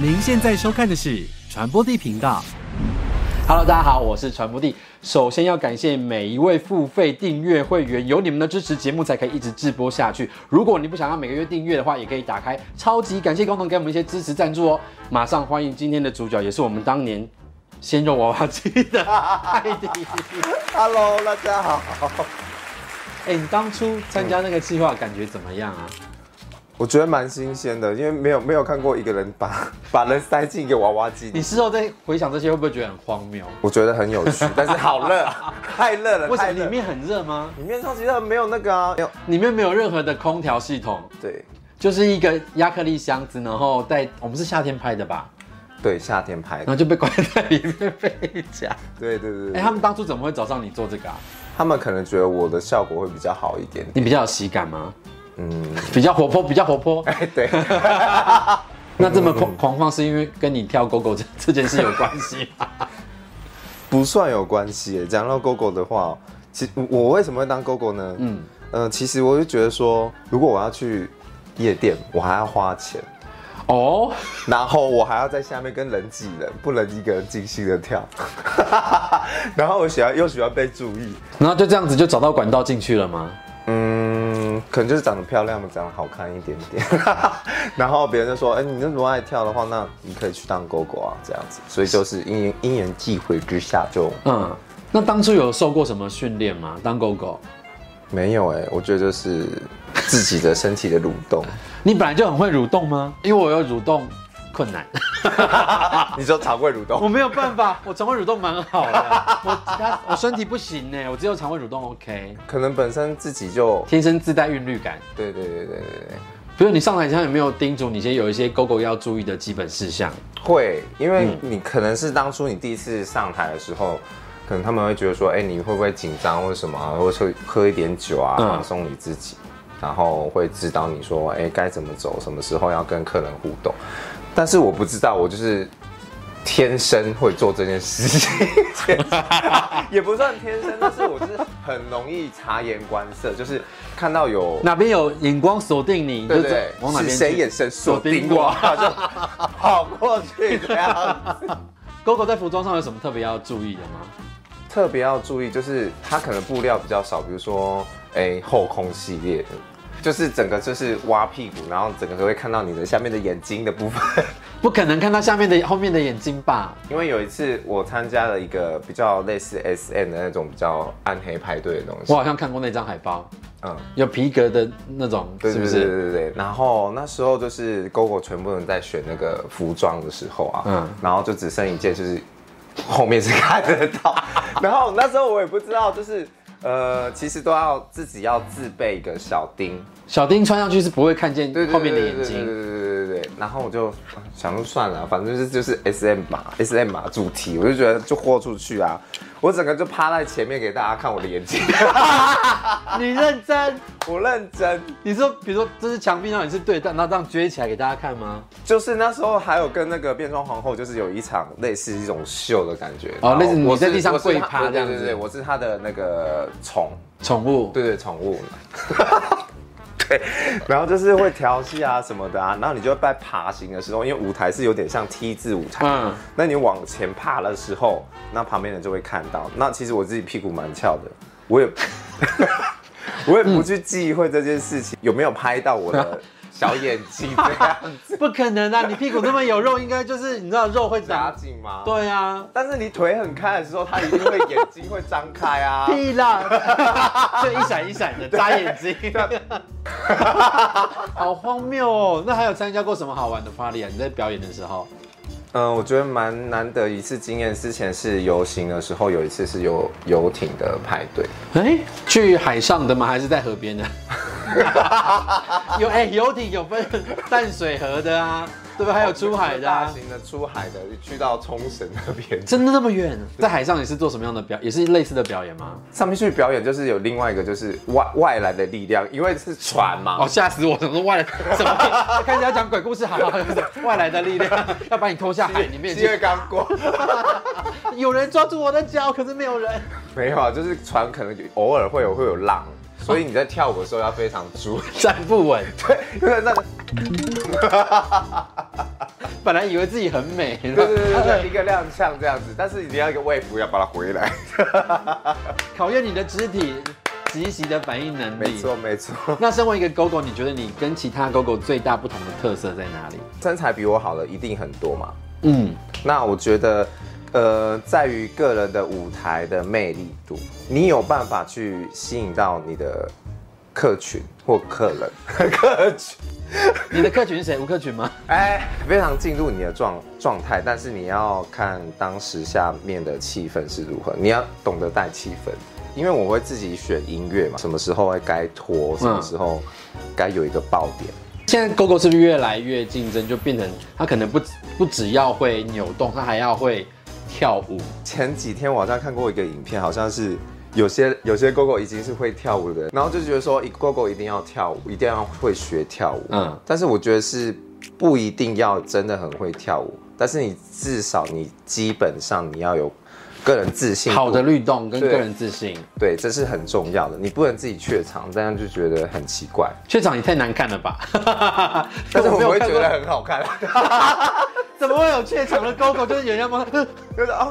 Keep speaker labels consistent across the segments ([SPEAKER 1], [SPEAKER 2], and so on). [SPEAKER 1] 您现在收看的是传播地频道。
[SPEAKER 2] Hello，大家好，我是传播帝。首先要感谢每一位付费订阅会员，有你们的支持，节目才可以一直直播下去。如果你不想要每个月订阅的话，也可以打开超级感谢功能给我们一些支持赞助哦。马上欢迎今天的主角，也是我们当年鲜肉娃娃机的 艾迪。
[SPEAKER 3] Hello，大家好。
[SPEAKER 2] 哎、你当初参加那个计划感觉怎么样啊？
[SPEAKER 3] 我觉得蛮新鲜的，因为没有没有看过一个人把 把人塞进一个娃娃机
[SPEAKER 2] 你
[SPEAKER 3] 里，
[SPEAKER 2] 事后再回想这些，会不会觉得很荒谬？
[SPEAKER 3] 我觉得很有趣，但是好 热，啊，太热了，
[SPEAKER 2] 为什么
[SPEAKER 3] 太热
[SPEAKER 2] 里面很热吗？
[SPEAKER 3] 里面超级热，没有那个啊，没有
[SPEAKER 2] 里面没有任何的空调系统，
[SPEAKER 3] 对
[SPEAKER 2] 就是一个亚克力箱子，然后在我们是夏天拍的吧？
[SPEAKER 3] 对，夏天拍
[SPEAKER 2] 然
[SPEAKER 3] 的，
[SPEAKER 2] 后就被关在里面被 夹。
[SPEAKER 3] 对对对
[SPEAKER 2] 哎、
[SPEAKER 3] 对，
[SPEAKER 2] 他们当初怎么会找上你做这个啊？
[SPEAKER 3] 他们可能觉得我的效果会比较好一点，
[SPEAKER 2] 你比较有喜感吗？
[SPEAKER 3] 嗯，
[SPEAKER 2] 比较活泼，比较活泼。
[SPEAKER 3] 哎对，
[SPEAKER 2] 那这么狂狂放是因为跟你跳狗狗这这件事有关系吗？
[SPEAKER 3] 不算有关系耶。讲到 GoGo 的话，其我我为什么会当 GoGo 呢？
[SPEAKER 2] 嗯
[SPEAKER 3] 嗯，呃，其实我就觉得说，如果我要去夜店，我还要花钱。
[SPEAKER 2] 哦，
[SPEAKER 3] 然后我还要在下面跟人挤人，不能一个人尽兴的跳。 然后我喜欢又喜欢被注意，
[SPEAKER 2] 然后就这样子就找到管道进去了吗？
[SPEAKER 3] 嗯，可能就是长得漂亮嘛，长得好看一点点。 然后别人就说，哎、你那么爱跳的话，那你可以去当狗狗啊，这样子。所以就是因缘因缘际会之下就
[SPEAKER 2] 嗯，那当初有受过什么训练吗？当狗狗，
[SPEAKER 3] 没有哎、我觉得就是自己的身体的蠕动。
[SPEAKER 2] 你本来就很会蠕动吗？因为我有蠕动困难，
[SPEAKER 3] 你说肠胃蠕
[SPEAKER 2] 我
[SPEAKER 3] 动？
[SPEAKER 2] 没有办法，我肠胃蠕动蛮好 的，我其他我身体不行欸呢，我只有肠胃蠕动 OK，
[SPEAKER 3] 可能本身自己就
[SPEAKER 2] 天生自带韵律感。
[SPEAKER 3] 对对对对对对。
[SPEAKER 2] 比如你上台前有没有叮嘱你先有一些狗狗要注意的基本事项？
[SPEAKER 3] 会，因
[SPEAKER 2] 嗯
[SPEAKER 3] 为你可能是当初你第一次上台的时候，可能他们会觉得说，哎、你会不会紧张或者什么、啊，或者是喝一点酒啊，
[SPEAKER 2] 嗯
[SPEAKER 3] 放松你自己，然后会指导你说，哎、该怎么走，什么时候要跟客人互动。但是我不知道，我就是天生会做这件事情，也不算天生，但是我是很容易察言观色，就是看到有
[SPEAKER 2] 哪边有眼光锁定你，你
[SPEAKER 3] 对
[SPEAKER 2] 就
[SPEAKER 3] 不对
[SPEAKER 2] 往哪，边去
[SPEAKER 3] 是谁眼神锁定我， 就跑过去这样子。
[SPEAKER 2] 狗狗在服装上有什么特别要注意的吗？
[SPEAKER 3] 特别要注意，就是它可能布料比较少，比如说哎、后空系列的，就是整个就是挖屁股，然后整个都会看到你的下面的眼睛的部分。
[SPEAKER 2] 不可能看到下面的后面的眼睛吧？
[SPEAKER 3] 因为有一次我参加了一个比较类似 S N 的那种比较暗黑派对的东
[SPEAKER 2] 我
[SPEAKER 3] 西，
[SPEAKER 2] 好像看过那张海报，
[SPEAKER 3] 嗯。
[SPEAKER 2] 有皮革的那种，
[SPEAKER 3] 对
[SPEAKER 2] 是
[SPEAKER 3] 对
[SPEAKER 2] 不
[SPEAKER 3] 对对
[SPEAKER 2] 是？
[SPEAKER 3] 对对，然后那时候就是 GoGo 全部人在选那个服装的时候啊，
[SPEAKER 2] 嗯
[SPEAKER 3] 嗯，然后就只剩一件，就是后面是看得到， 然后那时候我也不知道，就是呃，其实都要自己要自备一个小钉，
[SPEAKER 2] 小丁穿上去是不会看见
[SPEAKER 3] 对
[SPEAKER 2] 后面的眼
[SPEAKER 3] 对对
[SPEAKER 2] 睛。
[SPEAKER 3] 对对对对。然后我就啊想说算了，反正就是就是 S M 嘛，S M 嘛主题，我就觉得就豁出去啊，我整个就趴在前面给大家看我的眼睛，
[SPEAKER 2] 你认真？
[SPEAKER 3] 我认真。
[SPEAKER 2] 你说，比如说这是墙壁，然后你是对的，那这样撅起来给大家看吗？
[SPEAKER 3] 就是那时候还有跟那个变装皇后，就是有一场类似一种秀的感觉。
[SPEAKER 2] 哦类似
[SPEAKER 3] 然后我是
[SPEAKER 2] 你在地上
[SPEAKER 3] 我是
[SPEAKER 2] 跪
[SPEAKER 3] 她
[SPEAKER 2] 趴
[SPEAKER 3] 对
[SPEAKER 2] 这样
[SPEAKER 3] 对对
[SPEAKER 2] 子
[SPEAKER 3] 对，我是她的那个宠，
[SPEAKER 2] 宠物，
[SPEAKER 3] 对对宠物。 对，然后就是会调戏啊什么的啊，然后你就会在爬行的时候，因为舞台是有点像 T 字舞台，
[SPEAKER 2] 嗯
[SPEAKER 3] 那你往前爬的时候，那旁边人就会看到。那其实我自己屁股蛮翘的，我也 我也不去忌讳这件事情，有没有拍到我的小眼睛这样子
[SPEAKER 2] 不可能啊！你屁股那么有肉，应该就是你知道肉会
[SPEAKER 3] 夹
[SPEAKER 2] 长。
[SPEAKER 3] 紧吗？
[SPEAKER 2] 对啊，
[SPEAKER 3] 但是你腿很开的时候，它一定会眼睛会张开啊。
[SPEAKER 2] 屁啦， 就一闪一闪的扎眼睛， 好荒谬哦！那还有参加过什么好玩的 party 啊？你在表演的时候，
[SPEAKER 3] 嗯，我觉得蛮难得一次经验。之前是游行的时候，有一次是游游艇的派对，
[SPEAKER 2] 哎、去海上的吗？还是在河边的？ 有哎、游艇有分淡水河的啊，对吧？还有出海的、
[SPEAKER 3] 大
[SPEAKER 2] 啊，
[SPEAKER 3] 型的出海的，去到冲绳那边。
[SPEAKER 2] 真的那么远？在海上你是做什么样的表？也是类似的表演吗？
[SPEAKER 3] 上面去表演就是有另外一个就是外外来的力量，因为是船嘛
[SPEAKER 2] 哦，，吓死我！想说外来什 么？开始要讲鬼故事，好好好，外来的力 量要把你拖下海里面
[SPEAKER 3] 七月
[SPEAKER 2] 去。
[SPEAKER 3] 刚过，
[SPEAKER 2] 有人抓住我的脚，可是没有人。
[SPEAKER 3] 没有啊，就是船可能有偶尔会有会有浪，所以你在跳舞的时候 要非常注意，
[SPEAKER 2] 站不稳，
[SPEAKER 3] 对，因为那个
[SPEAKER 2] 本来以为自己很美，对
[SPEAKER 3] 对对对对，一个踉跄这样子，但是你要一个胃服要把它回来。
[SPEAKER 2] 考验你的肢体及其的反应能力。
[SPEAKER 3] 没错没错，
[SPEAKER 2] 那身为一个狗狗，你觉得你跟其他狗狗最大不同的特色在哪里？
[SPEAKER 3] 身材比我好的一定很多嘛。
[SPEAKER 2] 嗯，
[SPEAKER 3] 那我觉得，呃，在于个人的舞台的魅力度，你有办法去吸引到你的客群或客人， 客群。
[SPEAKER 2] 你的客群是谁？吴客群吗？
[SPEAKER 3] 哎，非常进入你的状状态，但是你要看当时下面的气氛是如何，你要懂得带气氛，因为我会自己选音乐嘛，什么时候会该拖，什么时候该有一个爆点。
[SPEAKER 2] 现在狗狗是不是越来越竞争，就变成它可能不不只要会扭动，它还要会跳舞。
[SPEAKER 3] 前几天我好像看过一个影片，好像是有些有些狗狗已经是会跳舞的人，然后就觉得说，一狗狗一定要跳舞，一定要会学跳舞。
[SPEAKER 2] 嗯
[SPEAKER 3] 嗯，但是我觉得是不一定要真的很会跳舞，但是你至少你基本上你要有个人自信度，
[SPEAKER 2] 好的律动跟个
[SPEAKER 3] 对
[SPEAKER 2] 人自信。
[SPEAKER 3] 对，这是很重要的。你不能自己怯场，这样就觉得很奇怪。
[SPEAKER 2] 学长，你太难看了吧？
[SPEAKER 3] 但是我
[SPEAKER 2] 没有
[SPEAKER 3] 会
[SPEAKER 2] 看
[SPEAKER 3] 觉
[SPEAKER 2] 过
[SPEAKER 3] 得很好看，
[SPEAKER 2] 怎么会有怯场的狗狗？就是有人要帮它。
[SPEAKER 3] 觉得哦，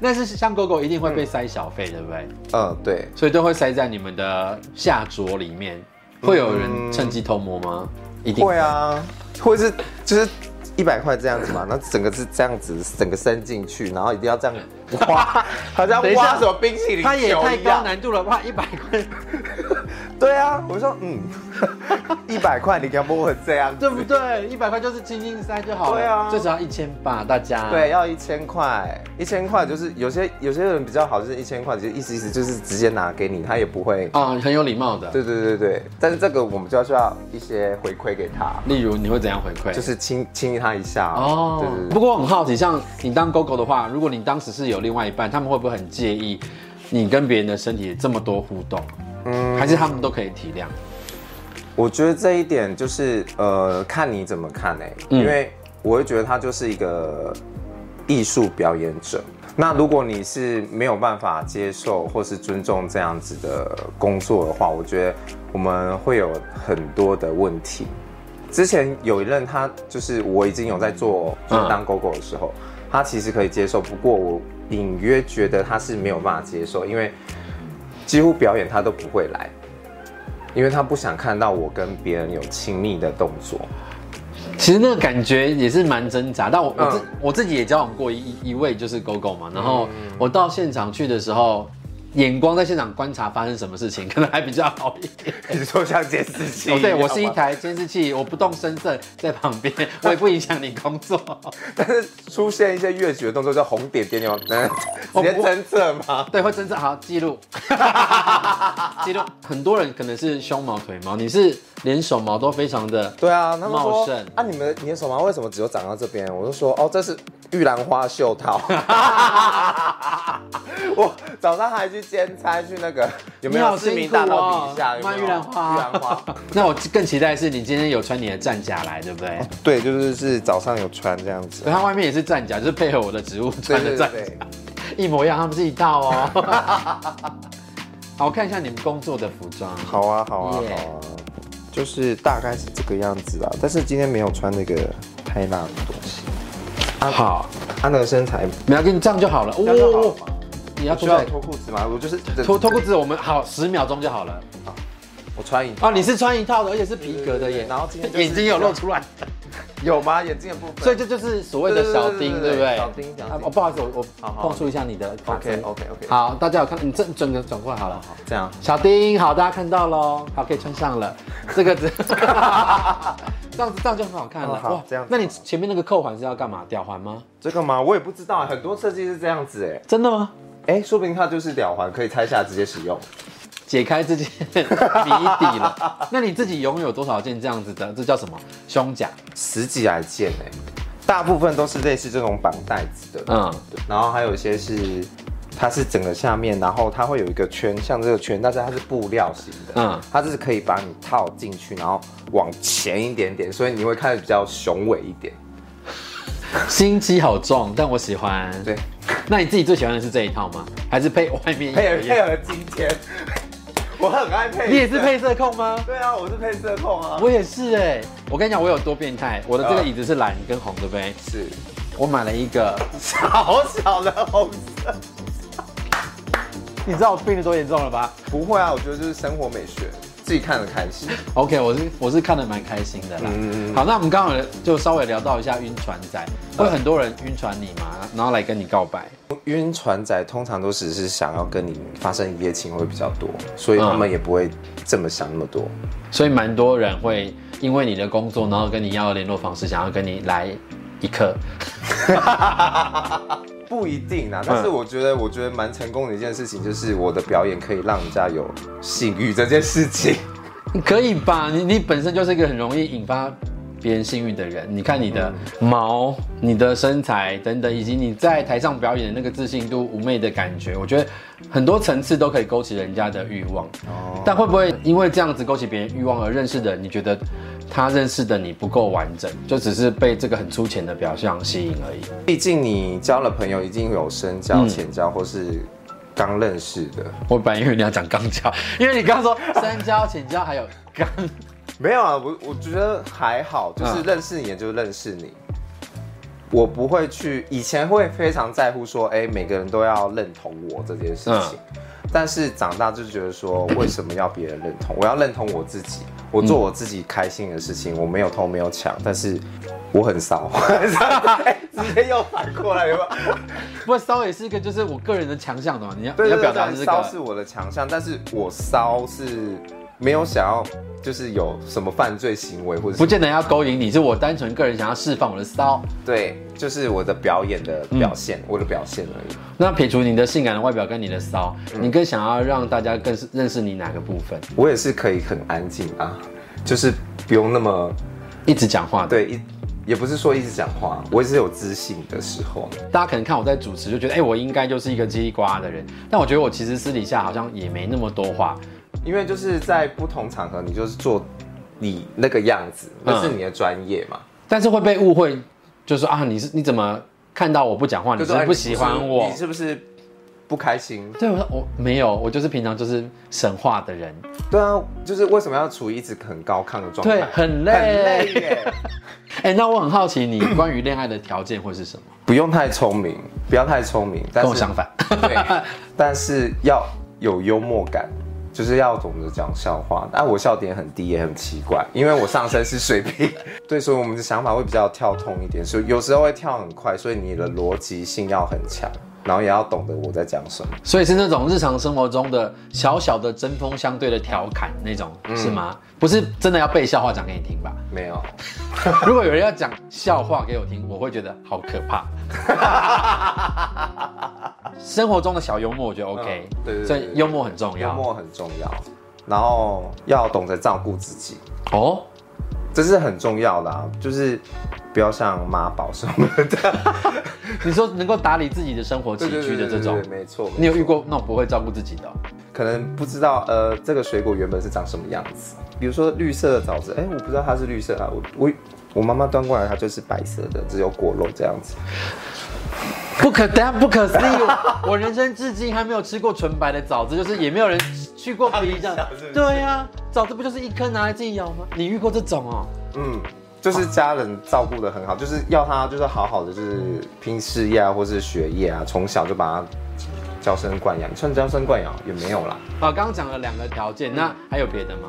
[SPEAKER 2] 但是像狗狗一定会被塞小费，对不对？
[SPEAKER 3] 嗯，对，
[SPEAKER 2] 所以都会塞在你们的下着里面。会有人趁机偷摸吗？一定
[SPEAKER 3] 会。啊，或者是就是一百块这样子嘛，那整个是这样子，整个伸进去，然后一定要这样 挖，好像
[SPEAKER 2] 等一下
[SPEAKER 3] 挖什么冰淇淋
[SPEAKER 2] 它也
[SPEAKER 3] 球
[SPEAKER 2] 太
[SPEAKER 3] 一
[SPEAKER 2] 高
[SPEAKER 3] 样。
[SPEAKER 2] 难度了吧？一百块，
[SPEAKER 3] 对啊，我说嗯， 一百块你给摸我这样
[SPEAKER 2] 对
[SPEAKER 3] 子，
[SPEAKER 2] 不对？一百块就是轻轻塞就好了。
[SPEAKER 3] 对啊
[SPEAKER 2] 最少要一千吧，大家。
[SPEAKER 3] 对，，要一千块，一千块就是有些有些人比较好，就是一千块，就意思意思就是直接拿给你，他也不会。
[SPEAKER 2] 啊、很有礼貌的。
[SPEAKER 3] 对对对对，但是这个我们就要需要一些回馈给他，
[SPEAKER 2] 例如你会怎样回馈？
[SPEAKER 3] 就是亲亲他一下。
[SPEAKER 2] 哦，
[SPEAKER 3] 对对对
[SPEAKER 2] 不。过我很好奇，像你当狗狗的话，如果你当时是有另外一半，他们会不会很介意你跟别人的身体这么多互动？嗯，还是他们都可以体谅？
[SPEAKER 3] 我觉得这一点就是呃，看你怎么看哎、因为我会觉得他就是一个艺术表演者。那如果你是没有办法接受或是尊重这样子的工作的话，我觉得我们会有很多的问题。之前有一任他就是我已经有在做，就是当狗狗的时候，他其实可以接受，不过我隐约觉得他是没有办法接受，因为几乎表演他都不会来，因为他不想看到我跟别人有亲密的动作。
[SPEAKER 2] 其实那个感觉也是蛮挣扎，但我我自、
[SPEAKER 3] 嗯
[SPEAKER 2] 我自己也交往过一一位就是狗狗嘛，然后我到现场去的时候，眼光在现场观察发生什么事情，可 能还比较好一点。
[SPEAKER 3] 你说像监视器一
[SPEAKER 2] 哦，
[SPEAKER 3] 样吗
[SPEAKER 2] 对我是一，台监视器，我不动声色在旁边，我也不影响你工 作。
[SPEAKER 3] 但是出现一些越矩的动作，叫红点点，你有 直接侦测吗？
[SPEAKER 2] 对，会真正好记录，记录。很多人可能是胸毛、腿毛，你是连手毛都非常的。
[SPEAKER 3] 对啊，他们
[SPEAKER 2] 茂
[SPEAKER 3] 说
[SPEAKER 2] 盛
[SPEAKER 3] 啊，你们你的手毛为什么只有长到这边？我就说哦，这是玉兰花袖套。 我早上还去兼差去那个有没
[SPEAKER 2] 你好
[SPEAKER 3] 有市
[SPEAKER 2] 辛
[SPEAKER 3] 民
[SPEAKER 2] 苦
[SPEAKER 3] 大道
[SPEAKER 2] 哦
[SPEAKER 3] 底下有没
[SPEAKER 2] 卖
[SPEAKER 3] 有
[SPEAKER 2] 玉兰花，
[SPEAKER 3] 玉兰 花。。
[SPEAKER 2] 那我更期待的是你今天有穿你的战甲来，对不对？
[SPEAKER 3] 对，就是是早上有穿这样子
[SPEAKER 2] 对，。它外面也是战甲，就是配合我的植物
[SPEAKER 3] 对
[SPEAKER 2] 穿的
[SPEAKER 3] 对
[SPEAKER 2] 战
[SPEAKER 3] 对
[SPEAKER 2] 甲， 一模一样，它们是一套哦。好，我看一下你们工作的服装。
[SPEAKER 3] 好啊，好啊，
[SPEAKER 2] Yeah
[SPEAKER 3] 好啊，就是大概是这个样子啊。但是今天没有穿那个太辣的东西，
[SPEAKER 2] 好，
[SPEAKER 3] 他那个身材
[SPEAKER 2] 没有跟你这样就好了。
[SPEAKER 3] 样就好了
[SPEAKER 2] 哦，你要脱
[SPEAKER 3] 需
[SPEAKER 2] 下
[SPEAKER 3] 要
[SPEAKER 2] 来
[SPEAKER 3] 脱裤子吗？我就是
[SPEAKER 2] 脱脱裤子，我们好十秒钟就好了。
[SPEAKER 3] 我穿一
[SPEAKER 2] 哦，你是穿一套的，而且是皮革的
[SPEAKER 3] 对对
[SPEAKER 2] 耶
[SPEAKER 3] 对，然后今天就是
[SPEAKER 2] 眼睛有露出来，
[SPEAKER 3] 有吗？眼镜的部分，
[SPEAKER 2] 所以这就是所谓的小丁，对
[SPEAKER 3] 对对对对
[SPEAKER 2] 不对？
[SPEAKER 3] 小丁小丁
[SPEAKER 2] 啊哦，不好意思，我我
[SPEAKER 3] 好好
[SPEAKER 2] 碰触一下你的卡
[SPEAKER 3] OK
[SPEAKER 2] 针
[SPEAKER 3] OK OK，好，
[SPEAKER 2] 好，大家有看，你正整个转过来好了。好
[SPEAKER 3] 这样
[SPEAKER 2] 小丁，好，大家看到喽，好，可以穿上 了。这个只这样子这样就很好看了
[SPEAKER 3] 哦好这样子
[SPEAKER 2] 那你前面那个扣环是要干嘛？吊环吗？
[SPEAKER 3] 这个吗？我也不知道，啊很多设计是这样子哎。
[SPEAKER 2] 真的吗？
[SPEAKER 3] 哎，说不定它就是吊环，可以拆下直接使用。
[SPEAKER 2] 解开这件谜底 了。那你自己拥有多少件这样子的？这叫什么？胸甲？
[SPEAKER 3] 十几来件哎，大部分都是类似这种绑带子的，
[SPEAKER 2] 嗯，
[SPEAKER 3] 对然后还有一些是，它是整个下面，然后它会有一个圈，像这个圈，但是它是布料型的，
[SPEAKER 2] 嗯
[SPEAKER 3] 嗯，它就是可以把你套进去，然后往前一点点，所以你会看得比较雄伟一点。
[SPEAKER 2] 心机好重，但我喜欢。
[SPEAKER 3] 对，
[SPEAKER 2] 那你自己最喜欢的是这一套吗？还是配外面一
[SPEAKER 3] 配合
[SPEAKER 2] 模一样
[SPEAKER 3] 配合今天， 我很爱配色。
[SPEAKER 2] 你也是配色控吗？
[SPEAKER 3] 对啊，我是配色控啊。
[SPEAKER 2] 我也是哦哎、我跟你讲，我有多变态。我的这个
[SPEAKER 3] 嗯
[SPEAKER 2] 椅子是蓝跟红，对不对？
[SPEAKER 3] 是
[SPEAKER 2] 我买了一个，
[SPEAKER 3] 小小的红色。
[SPEAKER 2] 你知道我病得多严重了吧
[SPEAKER 3] 不会啊，我觉得就是生活美学，自己看着开心。
[SPEAKER 2] ？OK，我是我是看得蛮开心的啦。
[SPEAKER 3] 嗯
[SPEAKER 2] 好，那我们刚好就稍微聊到一下晕船仔，会很多人晕船你吗？然后来跟你告白？
[SPEAKER 3] 晕船仔通常都只是想要跟你发生一夜情会比较多，所
[SPEAKER 2] 嗯
[SPEAKER 3] 以他们也不会这么想那么多。
[SPEAKER 2] 所以蛮多人会因为你的工作，然后跟你要联络方式，想要跟你来一刻。
[SPEAKER 3] 不一定啦，但是我觉得，我觉得蛮成功的一件事情，就是我的表演可以让人家有性欲这件事情。
[SPEAKER 2] 可以吧？你你本身就是一个很容易引发别人性欲的人。你看你的
[SPEAKER 3] 嗯
[SPEAKER 2] 毛、你的身材等等，以及你在台上表演的那个自信度、妩媚的感觉，我觉得很多层次都可以勾起人家的欲望。
[SPEAKER 3] 哦，
[SPEAKER 2] 但会不会因为这样子勾起别人欲望而认识的人，你觉得他认识的你不够完整，就只是被这个很粗浅的表象吸引而已？
[SPEAKER 3] 毕竟你交了朋友，一定有深交、浅交，或是刚认识的。
[SPEAKER 2] 我本来以为你要讲肛交，因为你刚刚说三交、浅交还有肛，
[SPEAKER 3] 没有啊，我我觉得还好，就是
[SPEAKER 2] 嗯
[SPEAKER 3] 认识你也就认识你。我不会去，以前会非常在乎说，哎、每个人都要认同我这件事情。
[SPEAKER 2] 嗯
[SPEAKER 3] 但是长大就觉得说，为什么要别人认同？我要认同我自己，
[SPEAKER 2] 嗯
[SPEAKER 3] 我做我自己开心的事情，我没有偷没有抢，但是我 很骚，哎直接又反过来有没有？
[SPEAKER 2] 不过骚也是一个就是我个人的强项的嘛，你要
[SPEAKER 3] 对
[SPEAKER 2] 你
[SPEAKER 3] 对
[SPEAKER 2] 要表
[SPEAKER 3] 对
[SPEAKER 2] 达的是
[SPEAKER 3] 对，
[SPEAKER 2] 这
[SPEAKER 3] 骚
[SPEAKER 2] 个。
[SPEAKER 3] 是我的强项，但是我骚是没有想要，就是有什么犯罪行为或者
[SPEAKER 2] 不见得要勾引你，是我单纯个人想要释放我的骚。
[SPEAKER 3] 对，就是我的表演的
[SPEAKER 2] 嗯
[SPEAKER 3] 表现，我的表现而已。
[SPEAKER 2] 那撇除你的性感的外表跟你的骚，你更想要让大家更认识你哪个部分？
[SPEAKER 3] 我也是可以很安静啊，就是不用那么
[SPEAKER 2] 一直讲话的，
[SPEAKER 3] 对一，也不是说一直讲话，我也是有自信的时候。
[SPEAKER 2] 大家可能看我在主持就觉得，哎、我应该就是一个叽里呱啦的人，但我觉得我其实私底下好像也没那么多话。
[SPEAKER 3] 因为就是在不同场合，你就是做你那个样子，那
[SPEAKER 2] 嗯
[SPEAKER 3] 是你的专业嘛。
[SPEAKER 2] 但是会被误会，就是说啊，你是你怎么看到我不讲话，你
[SPEAKER 3] 就是说
[SPEAKER 2] 不
[SPEAKER 3] 哎
[SPEAKER 2] 是不喜欢我？
[SPEAKER 3] 你是不是不开心？
[SPEAKER 2] 对，我说我没有，我就是平常就是神话的人，
[SPEAKER 3] 对啊，就是为什么要处于一直很高亢的状态？
[SPEAKER 2] 对，很累。
[SPEAKER 3] 很累耶。
[SPEAKER 2] 哎、那我很好奇你关于恋爱的条件会是什么？
[SPEAKER 3] 不用太聪明，不要太聪明，
[SPEAKER 2] 跟
[SPEAKER 3] 但是
[SPEAKER 2] 我相反。
[SPEAKER 3] 对， 但是要有幽默感，就是要懂得讲笑话。但我笑点很低，也很奇怪，因为我上身是水 平，对，所以我们的想法会比较跳痛一点，所以有时候会跳很快，所以你的逻辑性要很强，然后也要懂得我在讲什么。
[SPEAKER 2] 所以是那种日常生活中的小小的针锋相对的调侃那种，是吗？
[SPEAKER 3] 嗯
[SPEAKER 2] 不是真的要背笑话讲给你 听吧？
[SPEAKER 3] 没有，
[SPEAKER 2] 如果有人要讲笑话给我听，我会觉得好可 怕。生活中的小幽默，我觉得 OK，、
[SPEAKER 3] 嗯对对对
[SPEAKER 2] 所以幽默很重
[SPEAKER 3] 幽
[SPEAKER 2] 要
[SPEAKER 3] 默很重要，然后要懂得照顾自己，
[SPEAKER 2] 哦。
[SPEAKER 3] 这是很重要的、啊，就是不要像妈宝什么的，
[SPEAKER 2] 你说能够打理自己的生活起居的这种
[SPEAKER 3] 对对对对，没错，
[SPEAKER 2] 你有遇过那种不会照顾自己的哦、
[SPEAKER 3] 可能不知道呃这个水果原本是长什么样子，比如说绿色的枣子，哎、我不知道它是绿色啊，我我我妈妈端过来它就是白色的，只有果肉这样子。
[SPEAKER 2] 不可，等下不可思议！我我人生至今还没有吃过纯白的枣子，就是也没有人去过皮的
[SPEAKER 3] 开玩笑是不。是
[SPEAKER 2] 对呀、枣子不就是一颗拿来自己咬吗？你遇过这种哦？
[SPEAKER 3] 嗯，就是家人照顾的很好，就是要他就是好好的就是拼事业啊，或是学业啊，从小就把他娇生惯养，算娇生惯养也没有啦。
[SPEAKER 2] 好，刚刚讲了两个条件，那还有别的吗？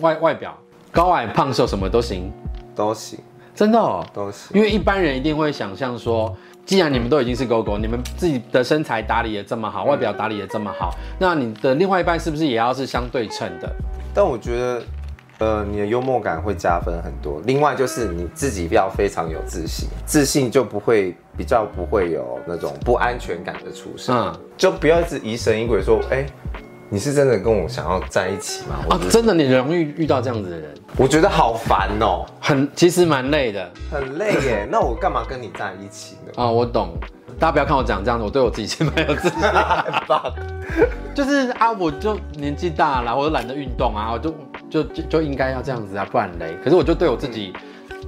[SPEAKER 2] 外外表，高矮胖瘦什么都行，
[SPEAKER 3] 都行
[SPEAKER 2] 真的哦。
[SPEAKER 3] 都行，
[SPEAKER 2] 因为一般人一定会想象说，既然你们都已经是狗狗，你们自己的身材打理的这么好，外表打理的这么好，那你的另外一半是不是也要是相对称的？
[SPEAKER 3] 但我觉得。呃，你的幽默感会加分很多。另外就是你自己要非常有自信，自信就不会比较不会有那种不安全感的出现。
[SPEAKER 2] 嗯。
[SPEAKER 3] 就不要一直疑神疑鬼说，哎、你是真的跟我想要在一起吗？我
[SPEAKER 2] 啊，真的，你容易遇到这样子的人，
[SPEAKER 3] 我觉得好烦哦、
[SPEAKER 2] 很其实蛮累的。
[SPEAKER 3] 很累耶。 那我干嘛跟你在一起呢？
[SPEAKER 2] 啊、我懂。大家不要看我讲这样子，我对我自己是蛮有自信的，就是啊，我就年纪大了，我就懒得运动啊，我就就就就应该要这样子啊，不然累。可是我就对我自己，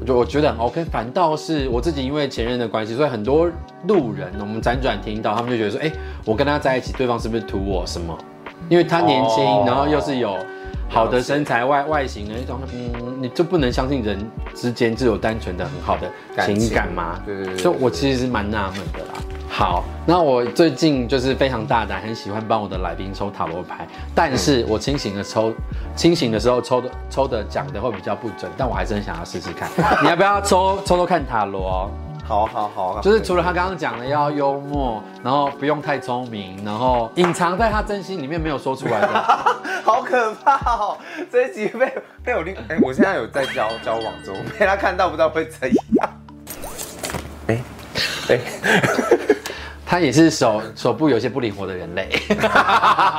[SPEAKER 2] 我就我觉得很 OK。反倒是我自己因为前任的关系，所以很多路人我们辗转听到，他们就觉得说，哎、我跟他在一起，对方是不是图我什么？因为他年轻，
[SPEAKER 3] 哦
[SPEAKER 2] 然后又是有好的身材外外形的那种，嗯，你就不能相信人之间就有单纯的很好的
[SPEAKER 3] 感情
[SPEAKER 2] 情感吗？
[SPEAKER 3] 对对对对
[SPEAKER 2] 所以我其实是蛮纳闷的啦。好，那我最近就是非常大胆，很喜欢帮我的来宾抽塔罗牌，但是我清醒的抽，清醒的时候抽的抽的讲的会比较不准，但我还是很想要试试 看。你要不要抽抽抽看塔罗哦？
[SPEAKER 3] 好好好，
[SPEAKER 2] 就是除了他刚刚讲的要幽默，然后不用太聪明，然后隐藏在他真心里面没有说出来 的，
[SPEAKER 3] 好可怕哦！这一集被被我另哎、我现在有在交交往中， 被他看到不知道会怎样。哎、哎、
[SPEAKER 2] 他也是手手部有些不灵活的人 类。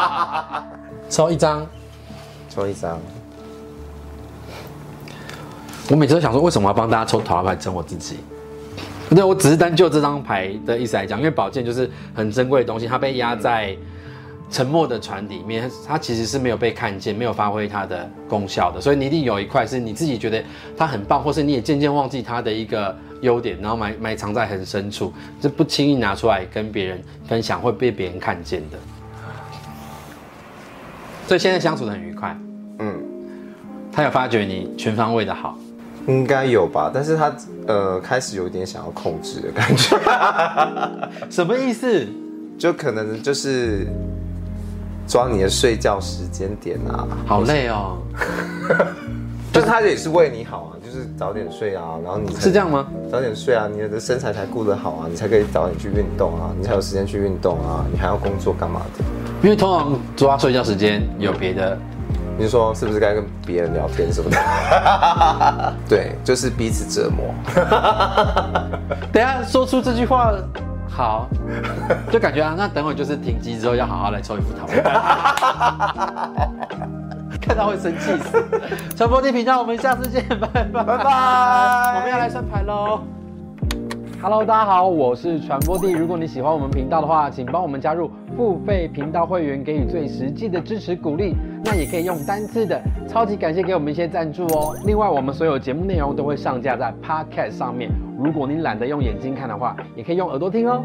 [SPEAKER 2] 抽一张，
[SPEAKER 3] 抽一张，
[SPEAKER 2] 我每次都想说，为什么要帮大家抽桃花牌整我自己？对，我只是单就这张牌的意思来讲，因为宝剑就是很珍贵的东西，它被压在沉默的船里面，它其实是没有被看见，没有发挥它的功效的。所以你一定有一块是你自己觉得它很棒，或是你也渐渐忘记它的一个优点，然后埋埋藏在很深处，这不轻易拿出来跟别人分享，会被别人看见的。所以现在相处的很愉快，
[SPEAKER 3] 嗯，
[SPEAKER 2] 他有发觉你全方位的好。
[SPEAKER 3] 应该有吧，但是他呃开始有点想要控制的感觉，
[SPEAKER 2] 什么意思？
[SPEAKER 3] 就可能就是抓你的睡觉时间点啊，
[SPEAKER 2] 好累哦，
[SPEAKER 3] 就是他也是为你好啊，就是早点睡啊，然后你才
[SPEAKER 2] 是这样吗？
[SPEAKER 3] 早点睡啊，你的身材才顾得好啊，你才可以早点去运动啊，你才有时间去运动啊，你还要工作干嘛的？
[SPEAKER 2] 因为通常抓睡觉时间有别的，
[SPEAKER 3] 你说是不是该跟别人聊天什么的？ 对，就是彼此折磨。
[SPEAKER 2] 等一下说出这句话，好，就感觉啊，那等会就是停机之后要好好来抽一副 桃花，看到会生气死。传播地频道，我们下次见，拜拜。
[SPEAKER 3] 拜拜，
[SPEAKER 2] 我们要来算牌喽。Hello，大家好，我是传播帝。如果你喜欢我们频道的话，请帮我们加入付费频道会员，给予最实际的支持鼓励。那也可以用单次的，超级感谢给我们一些赞助哦。另外，我们所有节目内容都会上架在 Podcast 上面。如果你懒得用眼睛看的话，也可以用耳朵听哦。